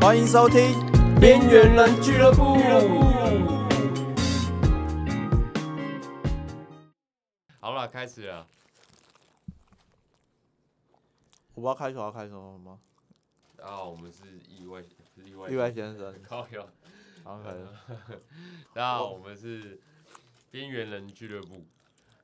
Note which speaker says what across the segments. Speaker 1: 欢迎收听《边缘人俱乐部》。
Speaker 2: 好了，开始了。
Speaker 1: 我不知道开头要开什么吗？
Speaker 2: 然啊后我们是意外，不是意外，
Speaker 1: 意 外先生，
Speaker 2: 靠友。
Speaker 1: 好像可能
Speaker 2: 大家好，我们是边缘人俱乐部。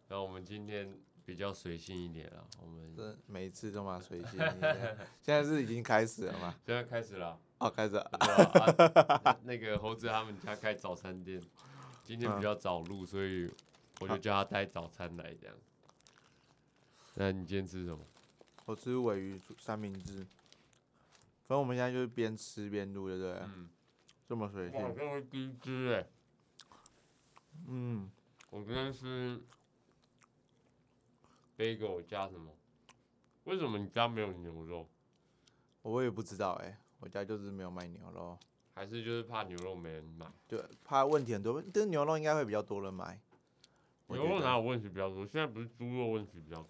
Speaker 2: 然后我们今天比较随性一点了，我们
Speaker 1: 真的每一次都蛮随性一点。现在是已经开始了吗？
Speaker 2: 现在开始 了。
Speaker 1: 哦，开始了。
Speaker 2: 不知道啊那那个猴子他们家开早餐店，今天比较早录，所以我就叫他带早餐来这样。
Speaker 1: 嗯
Speaker 2: 那你今天吃什么？
Speaker 1: 我吃尾鱼煮三明治，反正我们现在就是边吃边录，对不对了？
Speaker 2: 嗯，
Speaker 1: 这么随
Speaker 2: 哇，
Speaker 1: 性。
Speaker 2: 这是第一只哎，
Speaker 1: 嗯，
Speaker 2: 我今天吃 bagel 加什么？为什么你家没有牛肉？
Speaker 1: 我也不知道哎、我家就是没有卖牛肉，
Speaker 2: 还是就是怕牛肉没人买？
Speaker 1: 就怕问题很多，但是牛肉应该会比较多人买。我
Speaker 2: 牛
Speaker 1: 觉
Speaker 2: 肉
Speaker 1: 得
Speaker 2: 哪有问题比较多？现在不是猪肉问题比较多。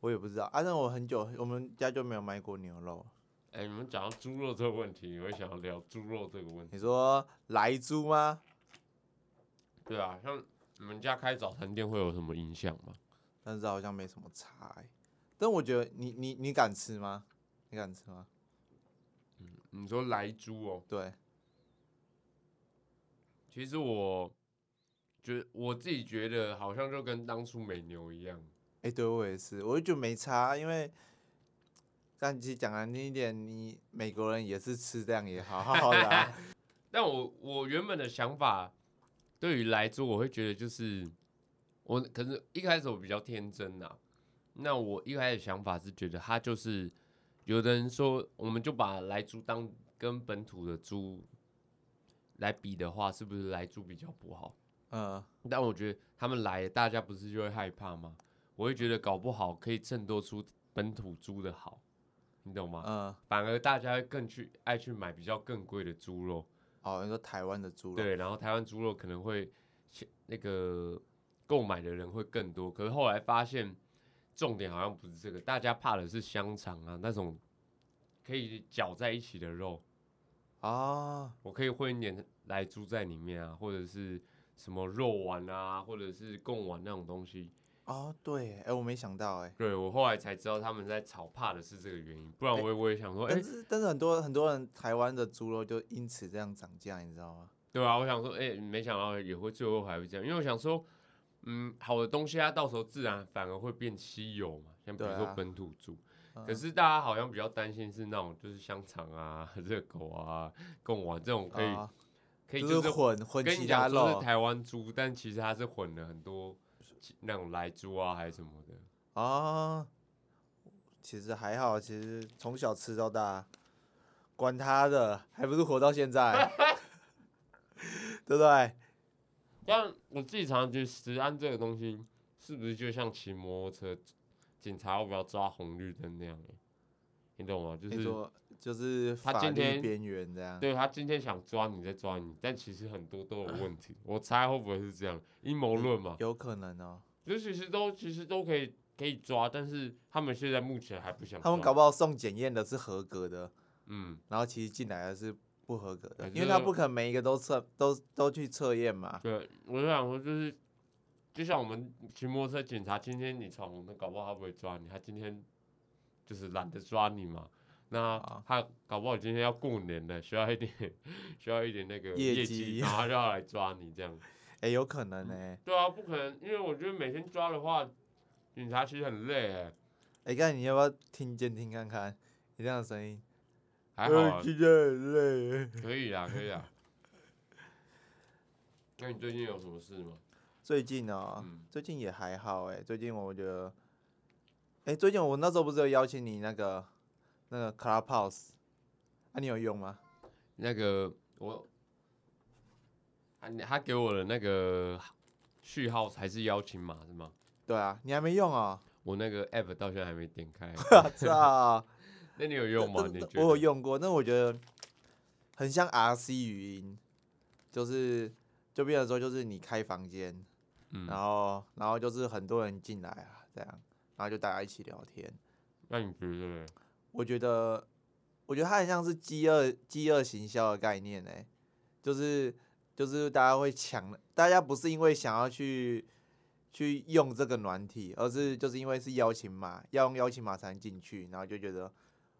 Speaker 1: 我也不知道，啊，但我很久我们家就没有买过牛肉。
Speaker 2: 哎、你们讲到猪肉这个问题，你会想要聊猪肉这个问题？
Speaker 1: 你说来猪吗？
Speaker 2: 对啊，像你们家开早餐店会有什么影响吗？
Speaker 1: 但是好像没什么差、欸。但我觉得你你你敢吃吗？你敢吃吗？
Speaker 2: 你说来猪哦，
Speaker 1: 对，
Speaker 2: 其实我觉我自己觉得好像就跟当初美牛一样，
Speaker 1: 哎、对我也是，我就觉得没差，啊因为但其实讲难听一点，你美国人也是吃这样也好好的、 啊，
Speaker 2: 但我我原本的想法，对于来猪，我会觉得就是我可是一开始我比较天真呐、那我一开始想法是觉得它就是有的人说，我们就把来猪当跟本土的猪来比的话，是不是来猪比较不好？
Speaker 1: 嗯，
Speaker 2: 但我觉得他们来，大家不是就会害怕吗？我会觉得搞不好可以衬托出本土猪的好，你懂吗？
Speaker 1: 嗯，
Speaker 2: 反而大家会更去爱去买比较更贵的猪肉。
Speaker 1: 哦，你说台湾的猪肉，
Speaker 2: 对，然后台湾猪肉可能会去那个购买的人会更多，可是后来发现重点好像不是这个，大家怕的是香肠啊那种可以搅在一起的肉，
Speaker 1: 啊，
Speaker 2: 我可以混一点来猪在里面啊，或者是什么肉丸啊，或者是贡丸那种东西。
Speaker 1: 哦，对，哎、我没想到、欸，哎，
Speaker 2: 对我后来才知道他们在炒，怕的是这个原因，不然我也我也想说，哎、
Speaker 1: 但是但是很多很多人台湾的猪肉就因此这样涨价，你知道吗？
Speaker 2: 对啊，我想说，哎、没想到也会最后还会这样，因为我想说，嗯，好的东西它到时候自然反而会变稀有嘛，像比如
Speaker 1: 对
Speaker 2: 说
Speaker 1: 啊
Speaker 2: 本土猪，
Speaker 1: 嗯
Speaker 2: 可是大家好像比较担心是那种就是香肠啊、 热狗啊、贡丸这种可以、
Speaker 1: 啊，
Speaker 2: 可以
Speaker 1: 就
Speaker 2: 就是
Speaker 1: 是混混
Speaker 2: 跟
Speaker 1: 其
Speaker 2: 你
Speaker 1: 他
Speaker 2: 讲说
Speaker 1: 肉
Speaker 2: 是，台湾猪，但其实它是混了很多其那种来猪啊还是什么的。
Speaker 1: 啊，其实还好，其实从小吃到大，管他的，还不是活到现在， 对不对？
Speaker 2: 但我自己常常觉得食安这个东西是不是就像骑摩托车，警察要不要抓红绿灯那样、欸？你懂吗？就
Speaker 1: 你
Speaker 2: 是。
Speaker 1: 说就是
Speaker 2: 他
Speaker 1: 法
Speaker 2: 今
Speaker 1: 律
Speaker 2: 天
Speaker 1: 边缘这样，
Speaker 2: 对他今天想抓你再抓你，但其实很多都有问题。我猜会不会是这样阴谋论嘛？
Speaker 1: 有可能哦。
Speaker 2: 就其实都其实都可以可以抓，但是他们现在目前还不想抓。
Speaker 1: 他们搞不好送检验的是合格的，
Speaker 2: 嗯，
Speaker 1: 然后其实进来的是不合格的，
Speaker 2: 哎
Speaker 1: 因
Speaker 2: 这
Speaker 1: 为他
Speaker 2: 个
Speaker 1: 不可能每一个都测都都去测验嘛。
Speaker 2: 对，我就想说就是，就像我们骑摩托车检查，今天你闯红灯，搞不好他不会抓你，他今天就是懒得抓你嘛。那
Speaker 1: 啊
Speaker 2: 他搞不好今天要过年了，需要一点 需要一点那个
Speaker 1: 业
Speaker 2: 业
Speaker 1: 绩
Speaker 2: 绩，然后他就要来抓你这样。
Speaker 1: 哎，有可能呢、欸。
Speaker 2: 对啊，不可能，因为我觉得每天抓的话，警察其实很累哎、
Speaker 1: 哎，看你要不要听监听看看，你这样的声音，
Speaker 2: 还好啊
Speaker 1: 哎今天很累。
Speaker 2: 可以啊，可 以啊。那你最近有什么事吗？
Speaker 1: 最近哦，
Speaker 2: 嗯
Speaker 1: 最近也还好哎、最近我觉得，哎、最近我那时候不是有邀请你那个那个 Clubhouse，啊，你有用吗？
Speaker 2: 那个我，啊，你他给我的那个序号还是邀请码是吗？
Speaker 1: 对啊，你还没用 哦，
Speaker 2: 我那个 app 到现在还没点 开，
Speaker 1: 我操，
Speaker 2: 那你有用 吗？
Speaker 1: 但
Speaker 2: 你觉
Speaker 1: 我有
Speaker 2: 得？
Speaker 1: 用过，但我觉得很像 RC 语音，就是就变成说就是你开房间，
Speaker 2: 嗯
Speaker 1: 然后然后就是很多人进来啊，这样，然后就大家一起聊天。
Speaker 2: 那你觉得嘞？
Speaker 1: 我觉得我觉得它很像是饥饿饥饿行销的概念呢、欸就是就是大家会抢，大家不是因为想要去去用这个软体，而是就是因为是邀请码，要用邀请码才能进去，然后就觉得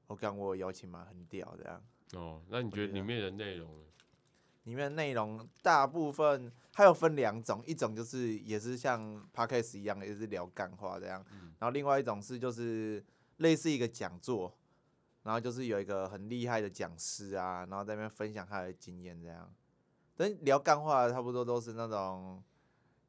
Speaker 1: 我干、我有邀请码很屌这样。
Speaker 2: 哦，那你觉
Speaker 1: 觉
Speaker 2: 得
Speaker 1: 得
Speaker 2: 里面的内容呢？
Speaker 1: 里面的内容大部分它有分两种，一种就是也是像 podcast 一样，也是聊干话这样，然后另外一种是就是类似一个讲座，然后就是有一个很厉害的讲师啊，然后在那边分享他的经验这样。但聊干话的差不多都是那种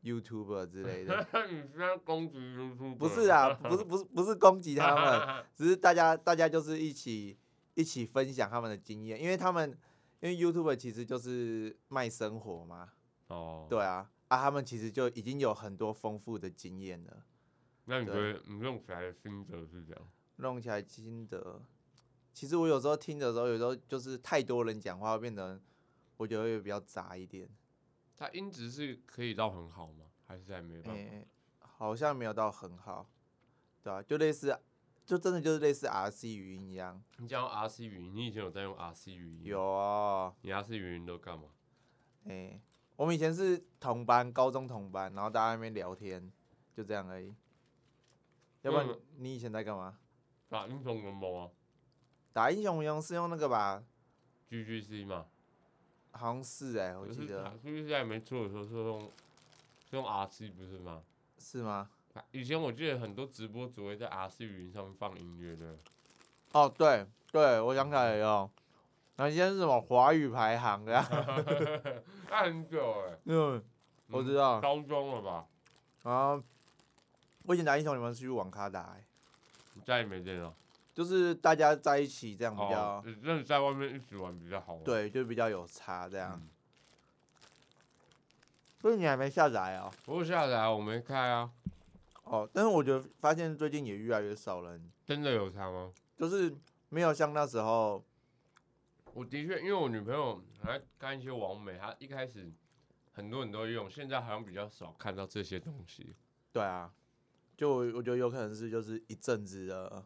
Speaker 1: YouTuber 之类 的，
Speaker 2: 你是在攻击 YouTube？
Speaker 1: 不是 啊，不是不是不是攻击他们，只是大家大家就是一起一起分享他们的经验，因为他们因为 YouTube 其实就是卖生活嘛，
Speaker 2: 哦，
Speaker 1: 对啊，啊，他们其实就已经有很多丰富的经验了，
Speaker 2: 那你觉
Speaker 1: 对
Speaker 2: 得你用起来的心得是这样？
Speaker 1: 弄起来心得。其实我有时候听的时候，有时候就是太多人讲话，变成我觉得会比较杂一点。
Speaker 2: 它音质是可以到很好吗？还是还没
Speaker 1: 诶、
Speaker 2: 办法？
Speaker 1: 好像没有到很好，对啊，就类似，就真的就是类似 RC 语音一样。
Speaker 2: 你讲 RC 语音，你以前有在用 RC 语音？
Speaker 1: 有。啊，
Speaker 2: 你 RC 语音都干嘛？
Speaker 1: 诶、我们以前是同班，高中同班，然后大家在那边聊天，就这样而已。要不然
Speaker 2: 那
Speaker 1: 你以前在干嘛？
Speaker 2: 打英雄联盟啊
Speaker 1: 打英雄联盟是用那个吧？
Speaker 2: ，GGC 嘛。
Speaker 1: 好像是哎、我
Speaker 2: 可
Speaker 1: 记
Speaker 2: 是啊
Speaker 1: 得
Speaker 2: 打 GGC 还没出的时候是用是用 RC 不是吗？
Speaker 1: 是吗？
Speaker 2: 以前我记得很多直播主会在 RC 语音上面放音乐的。
Speaker 1: 哦，对对，我想起来了，那今天是什么华语排行的、啊？
Speaker 2: 那很久哎、
Speaker 1: 嗯，我知道
Speaker 2: 高中了吧？
Speaker 1: 然后我以前打英雄联盟是去网咖打、欸，
Speaker 2: 你再也没见到。
Speaker 1: 就是大家在一起这样比较，
Speaker 2: 哦，你真的在外面一起玩比较好玩。
Speaker 1: 对，就比较有差这样。
Speaker 2: 嗯
Speaker 1: 所以你还没下载哦？
Speaker 2: 不过下载啊我没开啊，
Speaker 1: 哦，但是我觉得发现最近也越来越少人，
Speaker 2: 真的有差吗？
Speaker 1: 就是没有像那时候，
Speaker 2: 我的确，因为我女朋友还看一些网美，她一开始很多人都用，现在好像比较少看到这些东西。
Speaker 1: 对啊，就我我觉得有可能是就是一阵子的，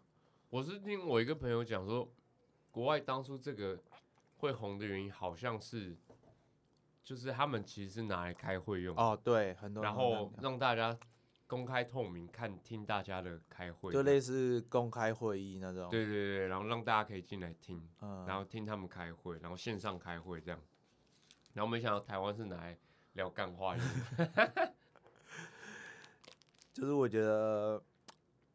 Speaker 2: 我是听我一个朋友讲说，国外当初这个会红的原因，好像是就是他们其实是拿来开会用的，
Speaker 1: 哦，对，很多人
Speaker 2: 然
Speaker 1: 都这样
Speaker 2: 后
Speaker 1: 讲
Speaker 2: 让大家公开透明看听大家的开会，
Speaker 1: 就类似公开会议那种，
Speaker 2: 对对对，然后让大家可以进来听，
Speaker 1: 嗯，
Speaker 2: 然后听他们开会，然后线上开会这样，然后没想到台湾是拿来聊干话用的。
Speaker 1: 就是我觉得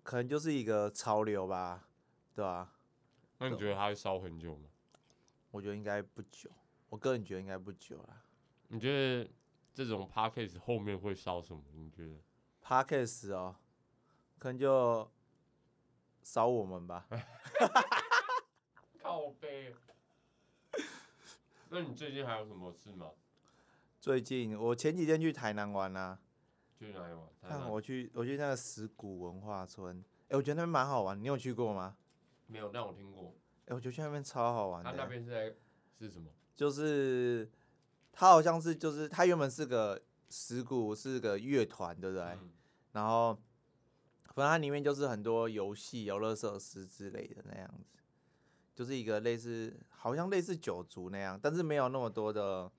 Speaker 1: 可能就是一个潮流吧，对吧、
Speaker 2: 那你
Speaker 1: 对
Speaker 2: 觉得它会烧很久吗？
Speaker 1: 我觉得应该不久，我个人觉得应该不久啦。
Speaker 2: 你觉得这种 p a c k a g e 后面会烧什么？你觉得？
Speaker 1: Podcast 哦，可能就烧我们吧。
Speaker 2: 哎靠背。哦 那你最近还有什么事吗？
Speaker 1: 最近我前几天去台南玩啦、
Speaker 2: 去哪里玩？台
Speaker 1: 看
Speaker 2: 南
Speaker 1: 我去我去那个石鼓文化村，哎、我觉得那边蛮好玩，你有去过吗？
Speaker 2: 没有，但我听过。
Speaker 1: 哎、我觉得去那边超好玩
Speaker 2: 他
Speaker 1: 的、
Speaker 2: 那边是在是什么？
Speaker 1: 就是它好像是就是它原本是个石鼓是个乐团，对不对？
Speaker 2: 嗯
Speaker 1: 然后反正它里面就是很多游戏、游乐设施之类的那样子，就是一个类似好像类似九族那样，但是没有那么多的，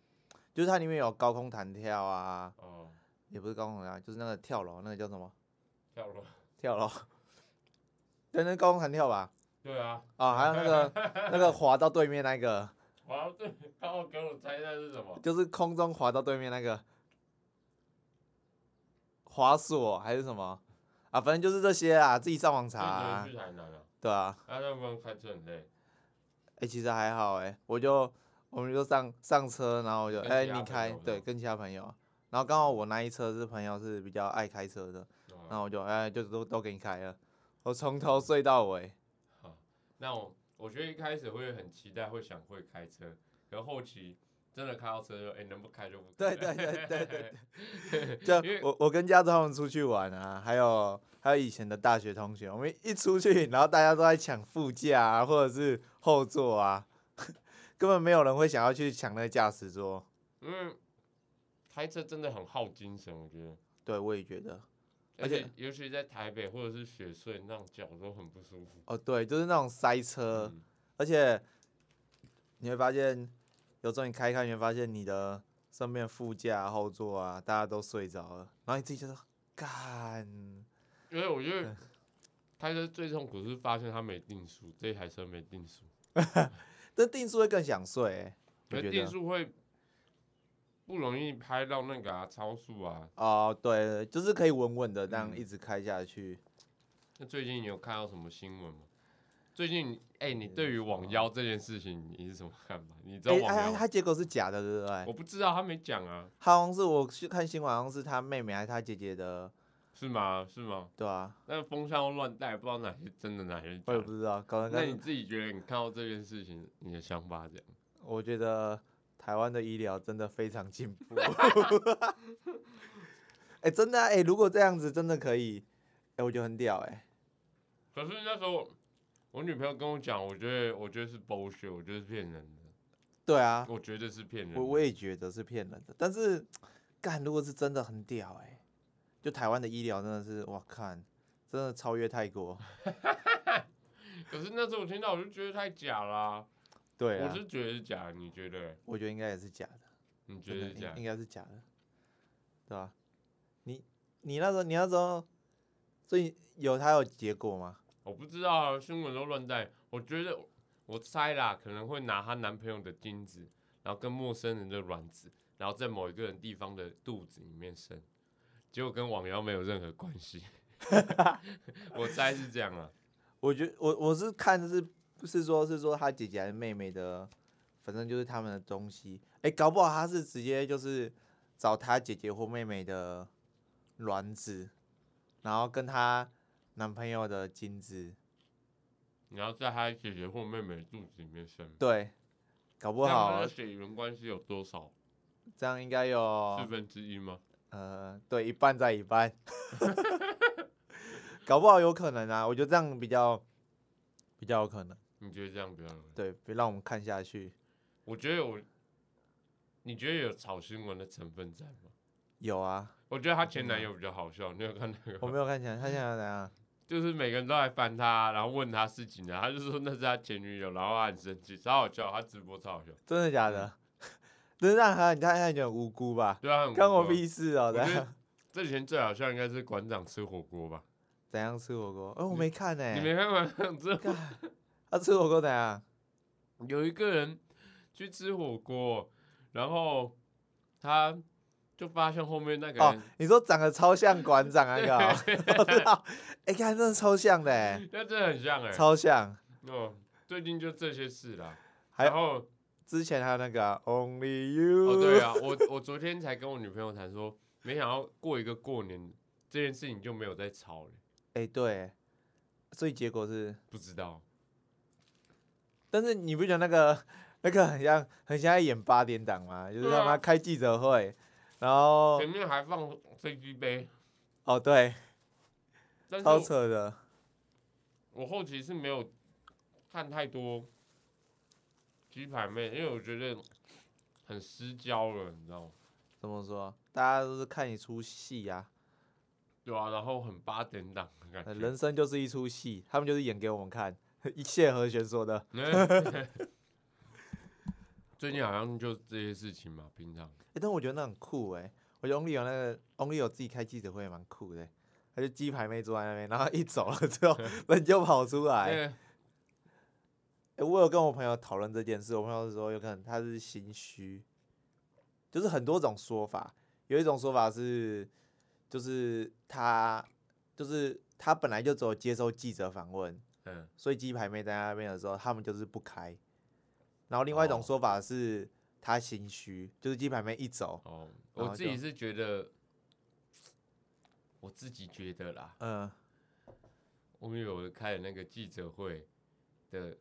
Speaker 1: 就是它里面有高空弹跳啊，
Speaker 2: 哦、
Speaker 1: 也不是高空弹跳，就是那个跳楼，那个叫什么
Speaker 2: 跳楼。
Speaker 1: 跳楼？对，那是高空弹跳吧？
Speaker 2: 对啊，
Speaker 1: 啊、还有那个那个滑到对面那个，
Speaker 2: 我要对，刚好给我猜猜是什么？
Speaker 1: 就是空中滑到对面那个滑索还是什么啊？反正就是这些啊，自己上网查、
Speaker 2: 啊，
Speaker 1: 啊，
Speaker 2: 去台南啊，
Speaker 1: 对啊。
Speaker 2: 啊，那边开车很累。
Speaker 1: 哎、其实还好哎、我就我们就上上车，然后我就
Speaker 2: 跟
Speaker 1: 哎、
Speaker 2: 其他
Speaker 1: 你
Speaker 2: 朋
Speaker 1: 开
Speaker 2: 友这
Speaker 1: 对，
Speaker 2: 样
Speaker 1: 跟其他朋友，然后刚好我那一车是朋友是比较爱开车的，
Speaker 2: 哦
Speaker 1: 然后我就哎、就都都给你开了，我从头睡到尾。
Speaker 2: 好，那我我觉得一开始会很期待，会想会开车，可后期真的开到车就哎、能不开就不
Speaker 1: 对
Speaker 2: 开。
Speaker 1: 对对对 对对，
Speaker 2: 因为
Speaker 1: 就我我跟家长他们出去玩啊，还有还有以前的大学同学，我们一出去，然后大家都在抢副驾啊，或者是后座啊， 根本没有人会想要去抢那个驾驶座。
Speaker 2: 因为开车真的很耗精神，我觉得，
Speaker 1: 对，我也觉得。
Speaker 2: 而
Speaker 1: 而
Speaker 2: 且
Speaker 1: 且
Speaker 2: 尤其在台北或者是雪隧那种脚都很不舒服。
Speaker 1: 哦，对，就是那种塞车，
Speaker 2: 嗯
Speaker 1: 而且你会发现，有时候你开一开，你会发现你的上面副驾、后座啊，大家都睡着了，然后你自己就说干，
Speaker 2: 因为我觉得开车最痛苦是发现它没定速，这台车没定速，
Speaker 1: 但定速会更想睡、欸，我
Speaker 2: 可
Speaker 1: 觉得
Speaker 2: 是定速会不容易拍到那个啊超速啊。
Speaker 1: 哦，对，就是可以稳稳的这样
Speaker 2: 嗯
Speaker 1: 一直开下去。
Speaker 2: 那最近你有看到什么新闻吗？最近你哎、你对于网妖这件事情你是什么看法？你知道
Speaker 1: 哎、
Speaker 2: 网哦
Speaker 1: 哎，
Speaker 2: 妖
Speaker 1: 啊哎
Speaker 2: 吗？
Speaker 1: 他结果是假的，对不对？
Speaker 2: 我不知道，他没讲啊，
Speaker 1: 他好像是我去看新闻，好像是他妹妹还是他姐姐的，
Speaker 2: 是吗？是吗？
Speaker 1: 对啊，
Speaker 2: 那个风向乱带，不知道哪些真的哪些啊
Speaker 1: 我也不
Speaker 2: 假的。
Speaker 1: 知道，搞得
Speaker 2: 那你
Speaker 1: 跟
Speaker 2: 自己觉得你看到这件事情，你的想法怎样？
Speaker 1: 我觉得台湾的医疗真的非常进 步。哎、真的啊、哎、如果这样子真的可以，哎、我觉得很屌、哎，
Speaker 2: 可是那时候我女朋友跟我讲，我觉得我觉得是 bullshit，我觉得是骗人的，
Speaker 1: 对啊，
Speaker 2: 我觉得是骗人的。
Speaker 1: 我我也觉得是骗人的，但是干如果是真的很屌、哎，就台湾的医疗真的是，哇看，真的超越泰国，
Speaker 2: 可是那时候我听到，我就觉得太假啦、
Speaker 1: 对
Speaker 2: 我
Speaker 1: 啊，
Speaker 2: 是觉得是假的，你觉得嘞？
Speaker 1: 我觉得应该也是假的。
Speaker 2: 你觉
Speaker 1: 真
Speaker 2: 得
Speaker 1: 的
Speaker 2: 是假
Speaker 1: 应
Speaker 2: 的？
Speaker 1: 应该是假的，对吧、你你那时候你那时候，所以有他有结果吗？
Speaker 2: 我不知道啊，新闻都乱带。我觉得我猜啦，可能会拿她男朋友的精子，然后跟陌生人的卵子，然后在某一个人地方的肚子里面生，结果跟网妖没有任何关系。 我猜是这样啊。
Speaker 1: 我觉我我是看的是是说是说他姐姐还是妹妹的，反正就是他们的东西。哎、搞不好他是直接就是找他姐姐或妹妹的卵子，然后跟她男朋友的精子，
Speaker 2: 然后在她姐姐或妹妹的肚子里面生，
Speaker 1: 对，搞不
Speaker 2: 那她
Speaker 1: 好
Speaker 2: 的血缘关系有多少？
Speaker 1: 这样应该有
Speaker 2: 四分之一吗？
Speaker 1: 呃，对，一半在一半， 搞不好有可能啊，我觉得这样比较比较有可能，
Speaker 2: 你觉得这样比较有？
Speaker 1: 对，别让我们看下去。
Speaker 2: 我觉得我，你觉得有炒新闻的成分在吗？
Speaker 1: 有啊，
Speaker 2: 我觉得她前男友比较好笑，你有看那个
Speaker 1: 我
Speaker 2: 吗？
Speaker 1: 没有看起来，啊他现在怎样？
Speaker 2: 就是每个人都来烦他，然后问他事情的，他就说那是他前女友，然后他很生气，超好笑，他直播超好笑，
Speaker 1: 真的假的？ 真让他，你看他有点无辜吧？
Speaker 2: 对啊，很
Speaker 1: 关
Speaker 2: 嗯无
Speaker 1: 我
Speaker 2: 辜啊。
Speaker 1: 屁事哦！
Speaker 2: 我
Speaker 1: 怎
Speaker 2: 觉
Speaker 1: 样
Speaker 2: 得这前最好笑应该是馆长吃火锅吧？
Speaker 1: 怎样吃火锅？哎，我没看呢。
Speaker 2: 你没看馆长吃？
Speaker 1: 干？他吃火锅怎样？
Speaker 2: 有一个人去吃火锅，然后他就发现后面那个
Speaker 1: 哦
Speaker 2: 人，，
Speaker 1: 你说长得超像馆长那个哦， 我知道。哎，看真的超像的欸，
Speaker 2: 那真的很像哎、
Speaker 1: 超像。
Speaker 2: 哦，最近就这些事啦。
Speaker 1: 还有
Speaker 2: 然后
Speaker 1: 之前还有那个啊 Only You。
Speaker 2: 哦，对啊，我我昨天才跟我女朋友谈说，没想到过一个过年这件事情就没有再吵了，
Speaker 1: 哎、对，所以结果是，
Speaker 2: 不知道。
Speaker 1: 但是你不觉得那个 那个很像很像在演八点档吗？就是
Speaker 2: 对啊
Speaker 1: 他妈开记者会，然后
Speaker 2: 前面还放飞机杯，
Speaker 1: 哦对，
Speaker 2: 但
Speaker 1: 超
Speaker 2: 是
Speaker 1: 扯的，
Speaker 2: 我后期是没有看太多鸡排妹，因为我觉得很失焦了，你知道吗？
Speaker 1: 怎么说？大家都是看一出戏呀、
Speaker 2: 对啊，然后很八点档的
Speaker 1: 呃
Speaker 2: 感 觉。
Speaker 1: 人生就是一出戏，他们就是演给我们看。 一切和弦说的，
Speaker 2: 最近好像就这些事情嘛，平常
Speaker 1: 哎、但我觉得那很酷哎、我觉得 Only 有那个 Only 有自己开记者会也蛮酷的欸、他就鸡排妹坐在那边，然后一走了之后人就跑出来，
Speaker 2: 因为
Speaker 1: 欸，我有跟我朋友讨论这件事，我朋友是说有可能他是心虚，就是很多种说法，有一种说法是，就是他就是他本来就只有接受记者访问，
Speaker 2: 嗯，
Speaker 1: 所以鸡排妹在那边的时候，他们就是不开。然后另外一种
Speaker 2: 哦
Speaker 1: 说法是他心虚，就是鸡排妹一走，
Speaker 2: 哦，
Speaker 1: 然
Speaker 2: 我
Speaker 1: 后
Speaker 2: 自
Speaker 1: 就
Speaker 2: 己是觉得，我自己觉得啦，
Speaker 1: 嗯，
Speaker 2: 我们有开的那个记者会的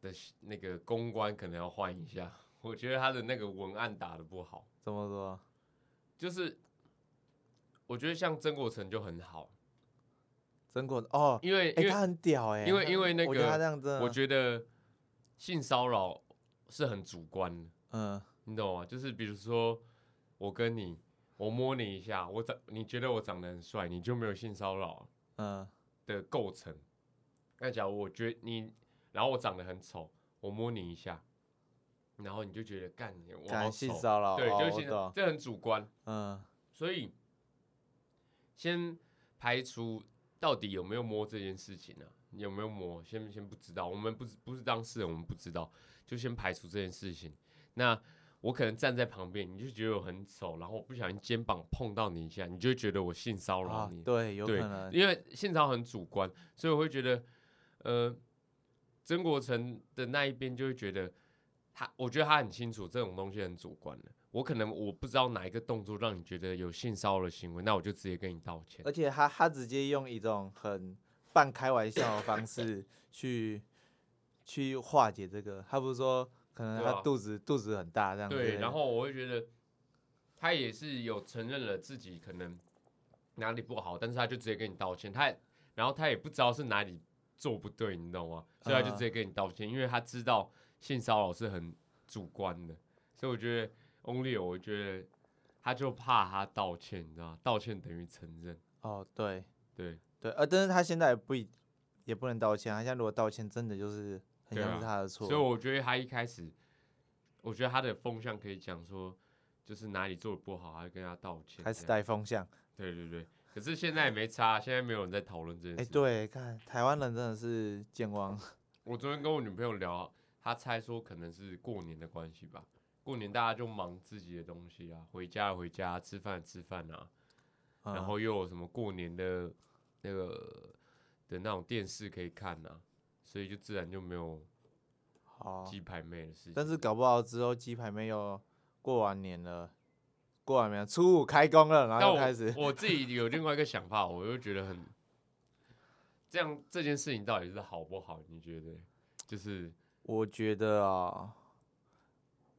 Speaker 2: 的那个公关可能要换一下， 我觉得他的那个文案打的不好，
Speaker 1: 怎么说？
Speaker 2: 就是我觉得像曾国成就很好，
Speaker 1: 曾国哦，
Speaker 2: 因为
Speaker 1: 哎、
Speaker 2: 因为、
Speaker 1: 他很屌哎、
Speaker 2: 因为
Speaker 1: 他
Speaker 2: 因为那
Speaker 1: 我觉得
Speaker 2: 个
Speaker 1: 他这样真的，
Speaker 2: 我觉得性骚扰是很主观的，
Speaker 1: 嗯，
Speaker 2: 你懂吗？就是比如说我跟你，我摸你一下，我长你觉得我长得很帅，你就没有性骚扰
Speaker 1: 嗯
Speaker 2: 的构成。那假如我觉得你然后我长得很丑，我摸你一下，然后你就觉得干你我好
Speaker 1: 感性
Speaker 2: 丑，
Speaker 1: 骚扰，
Speaker 2: 对，
Speaker 1: 哦
Speaker 2: 就
Speaker 1: 我
Speaker 2: 是、
Speaker 1: 懂，
Speaker 2: 这很主观，
Speaker 1: 嗯
Speaker 2: 所以先排除到底有没有摸这件事情啊，有没有摸，先先不知道，我们不知不是当事人，我们不知道，就先排除这件事情。那我可能站在旁边，你就觉得我很丑，然后我不小心肩膀碰到你一下，你就会觉得我性骚扰
Speaker 1: 啊
Speaker 2: 你，，
Speaker 1: 对，有可
Speaker 2: 对
Speaker 1: 能，
Speaker 2: 因为性骚扰很主观，所以我会觉得，呃，曾国成的那一边就会觉得他，我觉得他很清楚这种东西很主观的。我可能我不知道哪一个动作让你觉得有性骚扰的行为，那我就直接跟你道歉。
Speaker 1: 而且他他直接用一种很半开玩笑的方 式去去化解这个，他不是说可能
Speaker 2: 对
Speaker 1: 他
Speaker 2: 啊
Speaker 1: 肚子肚子很大这样之类
Speaker 2: 对，
Speaker 1: 的，
Speaker 2: 然后我会觉得他也是有承认了自己可能哪里不好，但是他就直接跟你道歉，他也然后他也不知道是哪里做不对，你懂吗？所以他就直
Speaker 1: 嗯
Speaker 2: 接跟你道歉，因为他知道性骚扰是很主观的，所以我觉得 Only，我觉得他就怕他道歉，你知道吗？道歉等于承认，
Speaker 1: 哦对
Speaker 2: 对
Speaker 1: 对，呃，但是他现在也不一也不能道歉，他现在如果道歉，真的就是很
Speaker 2: 对
Speaker 1: 像
Speaker 2: 啊
Speaker 1: 是他的错，
Speaker 2: 所以我觉得他一开始，我觉得他的风向可以讲说，就是哪里做的不好，他就跟他道歉，
Speaker 1: 开始
Speaker 2: 这样
Speaker 1: 带风向。
Speaker 2: 对对对，可是现在也没差，现在没有人在讨论这件事。
Speaker 1: 哎、，对，看台湾人真的是健忘，
Speaker 2: 我昨天跟我女朋友聊，她猜说可能是过年的关系吧。过年大家就忙自己的东西啊，回家回家，吃饭吃饭啊，
Speaker 1: 嗯、
Speaker 2: 然后又有什么过年的那个的那种电视可以看啊，所以就自然就没有
Speaker 1: 好，
Speaker 2: 鸡排妹的事
Speaker 1: 哦
Speaker 2: 情。
Speaker 1: 但是搞不好之后鸡排妹又过完年了，过完年了初五开工了，然
Speaker 2: 但
Speaker 1: 后又
Speaker 2: 我
Speaker 1: 开始
Speaker 2: 我自己有另外一个想法，我就觉得很这样这件事情到底是好不好？你觉得？就是
Speaker 1: 我觉得啊，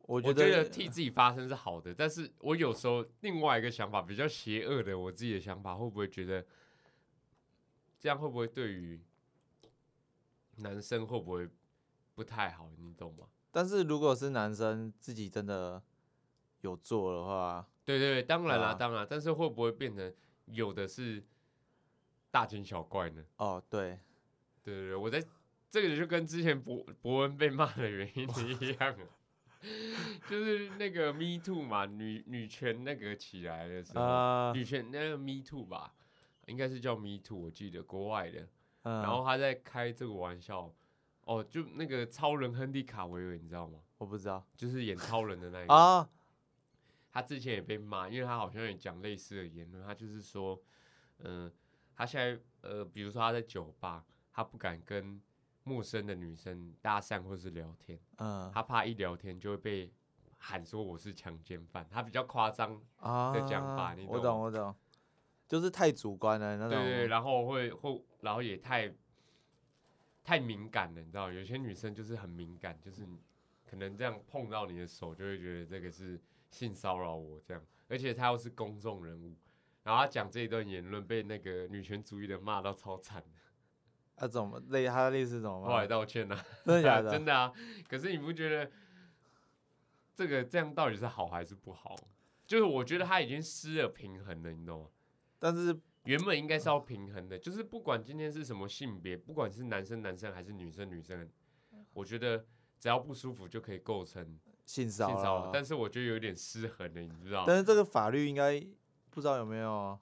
Speaker 1: 我
Speaker 2: 我
Speaker 1: 觉
Speaker 2: 觉得
Speaker 1: 得
Speaker 2: 替自己发声是好的，但是我有时候另外一个想法比较邪恶的，我自己的想法会不会觉得这样会不会对于男生会不会不太好？你懂吗？
Speaker 1: 但是如果是男生自己真的有做的话，
Speaker 2: 对对对，当然啦，
Speaker 1: 啊
Speaker 2: 当然，但是会不会变成有的是大惊小怪呢？
Speaker 1: 哦，对，
Speaker 2: 对对对，我在这个就跟之前博博文被骂的原因一样啊， 就是那个 Me Too 嘛，女女权那个起来的时候。
Speaker 1: 啊，
Speaker 2: 女权那个 Me Too 吧，应该是叫 Me Too，我记得国外的。
Speaker 1: 然
Speaker 2: 然后他在开这个玩笑，哦，就那个超人亨利卡维尔，你知道吗？
Speaker 1: 我不知道
Speaker 2: 就是演超人的那一个，
Speaker 1: 啊，
Speaker 2: 他之前也被骂，因为他好像也讲类似的言论。他就是说，嗯、他现在呃，比如说他在酒吧，他不敢跟陌生的女生搭讪或是聊天，
Speaker 1: 嗯
Speaker 2: 他怕一聊天就会被喊说我是强奸犯。他比较夸张
Speaker 1: 啊
Speaker 2: 的讲法你
Speaker 1: 我
Speaker 2: 懂
Speaker 1: 懂我懂，就是太主观了那种，
Speaker 2: 对对，然后会会，然后也太太敏感了，你知道，有些女生就是很敏感，就是你可能这样碰到你的手，就会觉得这个是性骚扰我这样，而且她又是公众人物，然后她讲这一段言论被那个女权主义的骂到超惨，
Speaker 1: 啊怎么类他类似怎么
Speaker 2: 后来
Speaker 1: 吗？
Speaker 2: 道歉了、
Speaker 1: 真的假的？
Speaker 2: 哦 真的啊，可是你不觉得这个这样到底是好还是不好？就是我觉得她已经失了平衡了，你懂吗？
Speaker 1: 但是
Speaker 2: 原本应该是要平衡的，就是不管今天是什么性别，不管是男生男生还是女生女生，我觉得只要不舒服就可以构成
Speaker 1: 性
Speaker 2: 性
Speaker 1: 骚扰
Speaker 2: 骚扰
Speaker 1: 啊，，
Speaker 2: 但是我觉得有点失衡了，你知道？
Speaker 1: 但是这个法律应该不知道有没有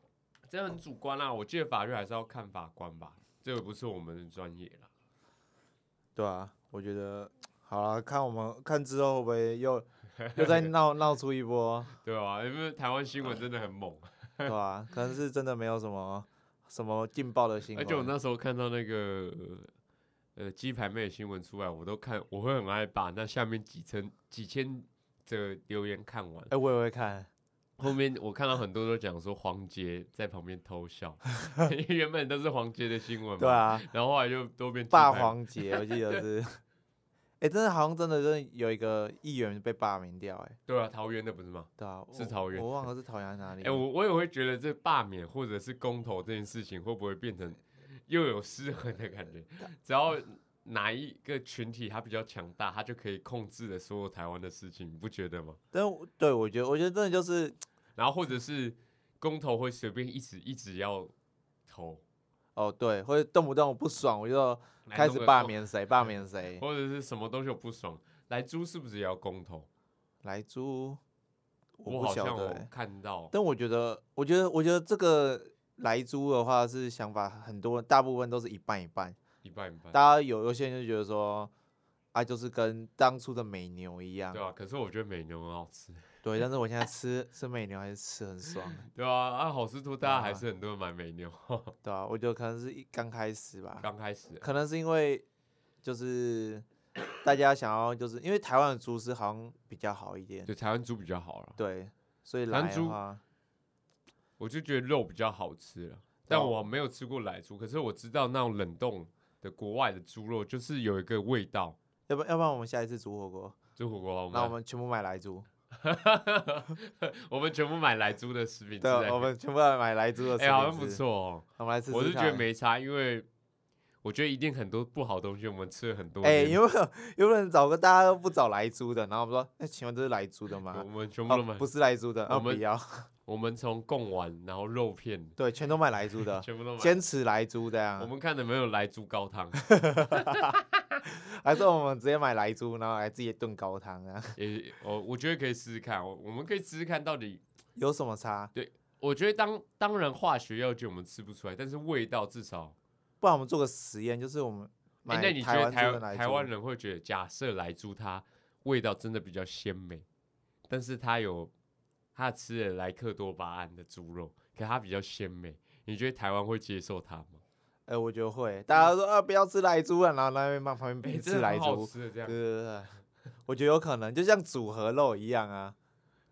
Speaker 2: 这很主观啊，我记得法律还是要看法官吧，这个不是我们的专业啦。
Speaker 1: 对啊，我觉得好了，看我们看之后会不会 又又再闹闹出一波，
Speaker 2: 对啊，因为台湾新闻真的很猛，
Speaker 1: 对吧、可能是真的没有什么什么劲爆的新
Speaker 2: 而
Speaker 1: 闻，
Speaker 2: 且我那时候看到那个呃鸡排妹的新闻出来，我都看，我会很爱把那下面几千几千则留言看完
Speaker 1: 哎、。我也会看，
Speaker 2: 后面我看到很多都讲说黄杰在旁边 偷笑，因为原本都是黄杰的新闻嘛，
Speaker 1: 对啊，
Speaker 2: 然后后来就都变
Speaker 1: 霸
Speaker 2: 鸡排妹，
Speaker 1: 黄杰我记得 是，哎、真的好像真的真的有一个议员被罢免掉、哎，
Speaker 2: 对啊，桃园的不是吗？
Speaker 1: 对啊，
Speaker 2: 是
Speaker 1: 我
Speaker 2: 桃园
Speaker 1: 我忘了是桃园还是哪里，
Speaker 2: 哎、我我也会觉得这罢免或者是公投这件事情会不会变成又有失衡的感觉？只要哪一个群体他比较强大，他就可以控制了所有台湾的事情，你不觉得吗？
Speaker 1: 但我对我觉得我觉得真的就是
Speaker 2: 然后或者是公投会随便一直一直要投，
Speaker 1: 哦，对，或者动不动我不爽我就
Speaker 2: 来
Speaker 1: 开
Speaker 2: 弄
Speaker 1: 始
Speaker 2: 个
Speaker 1: 罢
Speaker 2: 公，
Speaker 1: 免谁罢免谁，
Speaker 2: 或者是什么东西我不爽，来猪是不是也要公投？
Speaker 1: 来猪，
Speaker 2: 我
Speaker 1: 不
Speaker 2: 好
Speaker 1: 晓
Speaker 2: 像
Speaker 1: 得
Speaker 2: 我
Speaker 1: 欸，
Speaker 2: 看到，
Speaker 1: 但我觉得，我觉得，我觉得这个来猪的话是想法很多，大部分都是一半一半。
Speaker 2: 一半一半，
Speaker 1: 大家有有些人就觉得说，啊，就是跟当初的美牛一样
Speaker 2: 对，啊，可是我觉得美牛很好吃，
Speaker 1: 对。但是我现在吃吃美牛还是吃很爽，
Speaker 2: 对啊，啊好吃多，大家还
Speaker 1: 啊
Speaker 2: 是很多人买美牛，
Speaker 1: 对啊，我觉得可能是一刚开始吧，
Speaker 2: 刚开始
Speaker 1: 可能是因为就是 大家想要，就是因为台湾的厨师好像比较好一点，
Speaker 2: 对台湾猪比较好了，
Speaker 1: 对，所以
Speaker 2: 台湾
Speaker 1: 来的
Speaker 2: 猪
Speaker 1: 话，
Speaker 2: 我就觉得肉比较好吃了，
Speaker 1: 啊
Speaker 2: 但我没有吃过奶猪，可是我知道那种冷冻的国外的猪肉就是有一个味道，
Speaker 1: 要不要不然我们下一次煮火锅，
Speaker 2: 就火锅好吗？
Speaker 1: 那我们全部买来猪，
Speaker 2: 我们全部买来猪的食品之
Speaker 1: 对
Speaker 2: 类，
Speaker 1: 啊，我们全部来买来猪的
Speaker 2: 哎、
Speaker 1: 食
Speaker 2: 好
Speaker 1: 品
Speaker 2: 像不
Speaker 1: 吃
Speaker 2: 错哦、
Speaker 1: 我们来吃
Speaker 2: 我是
Speaker 1: 吃
Speaker 2: 觉得
Speaker 1: 看
Speaker 2: 没差，因为我觉得一定很多不好的东西，我们吃了很多
Speaker 1: 哎、
Speaker 2: 年。
Speaker 1: 有没有有没有人找个大家都不找来租的？然后我们说，哎、请问这是来租的
Speaker 2: 我
Speaker 1: 吗？
Speaker 2: 们全部都买，
Speaker 1: 哦，不是来租的，
Speaker 2: 我
Speaker 1: 啊，不
Speaker 2: 们
Speaker 1: 要，
Speaker 2: 我们从贡丸，然后肉片，
Speaker 1: 对，全都买来租的，
Speaker 2: 全部都买。
Speaker 1: 坚持来租这
Speaker 2: 我
Speaker 1: 样。
Speaker 2: 们看的没有来猪高汤，
Speaker 1: 还是我们直接买来租，然后来自己炖高汤啊？
Speaker 2: 也我我觉得可以试试看，我我们可以试试看到底。
Speaker 1: 有什么差？
Speaker 2: 我觉得当当然化学药剂我们吃不出来，但是味道至少。
Speaker 1: 不然我们做个实验，就是我们
Speaker 2: 哎、
Speaker 1: 买
Speaker 2: 那你觉
Speaker 1: 台
Speaker 2: 得
Speaker 1: 湾
Speaker 2: 台
Speaker 1: 猪的
Speaker 2: 湾
Speaker 1: 来
Speaker 2: 台
Speaker 1: 猪
Speaker 2: 湾人会觉得，假设来猪它味道真的比较鲜美，但是它有它吃了莱克多巴胺的猪肉，可它比较鲜美，你觉得台湾会接受它吗？
Speaker 1: 哎、我觉得会，大家说啊，不要吃来猪啊，然后那边帮旁边
Speaker 2: 哎、
Speaker 1: 边
Speaker 2: 嗯真
Speaker 1: 吃
Speaker 2: 的
Speaker 1: 来
Speaker 2: 很好
Speaker 1: 猪，
Speaker 2: 吃的这
Speaker 1: 对
Speaker 2: 样。
Speaker 1: 对对， 我觉得有可能，就像组合肉一样啊。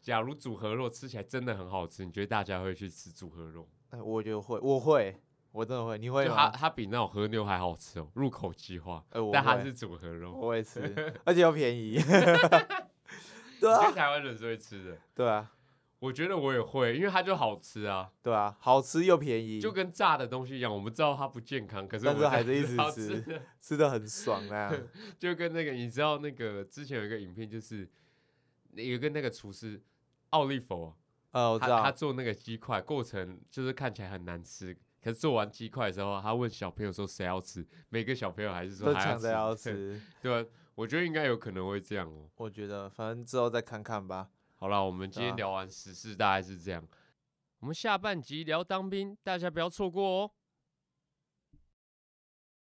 Speaker 2: 假如组合肉吃起来真的很好吃，你觉得大家会去吃组合肉？
Speaker 1: 哎我觉得会，我会，我真的会，你会
Speaker 2: 就它
Speaker 1: 吗？
Speaker 2: 它比那种和牛还好吃哦，入口即化。
Speaker 1: 哎、我
Speaker 2: 但它
Speaker 1: 会
Speaker 2: 是组合肉，
Speaker 1: 我也吃， 而且又便宜。 对
Speaker 2: 我觉得
Speaker 1: 啊，
Speaker 2: 台湾人是会吃的。
Speaker 1: 对啊，
Speaker 2: 我觉得我也会，因为它就好吃啊，
Speaker 1: 对啊，好吃又便宜，
Speaker 2: 就跟炸的东西一样。我们知道它不健康，可是
Speaker 1: 嗯
Speaker 2: 我
Speaker 1: 但
Speaker 2: 们
Speaker 1: 是还是一直
Speaker 2: 要
Speaker 1: 吃
Speaker 2: 吃，
Speaker 1: 吃的很爽那样。
Speaker 2: 就跟那个你知道那个之前有一个影片，就是有跟那个厨师奥利弗啊，
Speaker 1: 呃，我
Speaker 2: 他
Speaker 1: 知
Speaker 2: 他
Speaker 1: 道，
Speaker 2: 做那个鸡块过程就是看起来很难吃，可是做完鸡块之后，他问小朋友说谁要吃，每个小朋友还是
Speaker 1: 都
Speaker 2: 说还
Speaker 1: 抢着 要
Speaker 2: 要，
Speaker 1: 吃。
Speaker 2: 对啊，我觉得应该有可能会这样哦、
Speaker 1: 我觉得反正之后再看看吧。
Speaker 2: 好了，我们今
Speaker 1: 对
Speaker 2: 天
Speaker 1: 啊
Speaker 2: 聊完时事大概是这样，我们下半集聊当兵，大家不要错过哦。